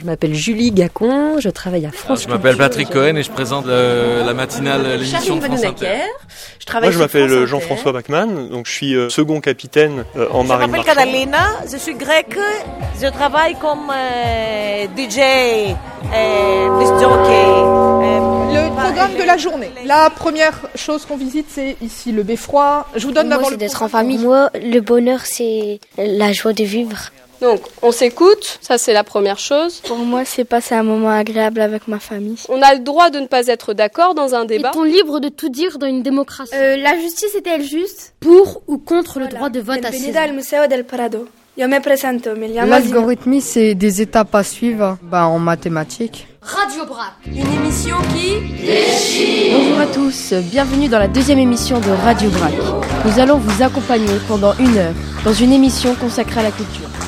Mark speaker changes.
Speaker 1: Je m'appelle Julie Gacon, je travaille
Speaker 2: Ah,
Speaker 1: à France
Speaker 3: Je m'appelle Patrick Cohen et je présente euh, la matinale euh, l'émission
Speaker 4: Charline
Speaker 3: de France Inter.
Speaker 4: Vanhoenacker. Je travaille
Speaker 5: Moi, je
Speaker 4: sur France
Speaker 5: m'appelle euh,
Speaker 4: Inter.
Speaker 5: Jean-François Bachmann, donc je suis euh, second capitaine euh, en
Speaker 6: hein. Je
Speaker 5: marine
Speaker 6: m'appelle
Speaker 5: marchande.
Speaker 6: Catalina, je suis grecque, je travaille comme euh, DJ, euh, disc jockey. euh,
Speaker 7: Le programme de la journée. La première chose qu'on visite, c'est ici le beffroi. Je vous donne
Speaker 8: Moi,
Speaker 7: d'abord
Speaker 8: c'est
Speaker 7: le
Speaker 8: d'être en
Speaker 7: programme.
Speaker 8: famille. Moi, le bonheur, c'est la joie de vivre.
Speaker 9: Donc, on s'écoute, ça c'est la première chose.
Speaker 8: Pour moi, c'est passer un moment agréable avec ma famille.
Speaker 9: On a le droit de ne pas être d'accord dans un
Speaker 2: Eh ben
Speaker 9: débat.
Speaker 2: libre de tout dire dans une démocratie.
Speaker 8: Euh, la justice est-elle juste
Speaker 2: Euh, pour ou contre le droit de vote à 16 ans
Speaker 10: L'algorithmie, c'est des étapes à suivre bah, en mathématiques.
Speaker 2: Radio Brac.
Speaker 4: Une émission qui
Speaker 2: Bonjour à tous, bienvenue dans la deuxième émission de Radio Brac. Nous allons vous accompagner pendant une heure dans une émission consacrée à la culture.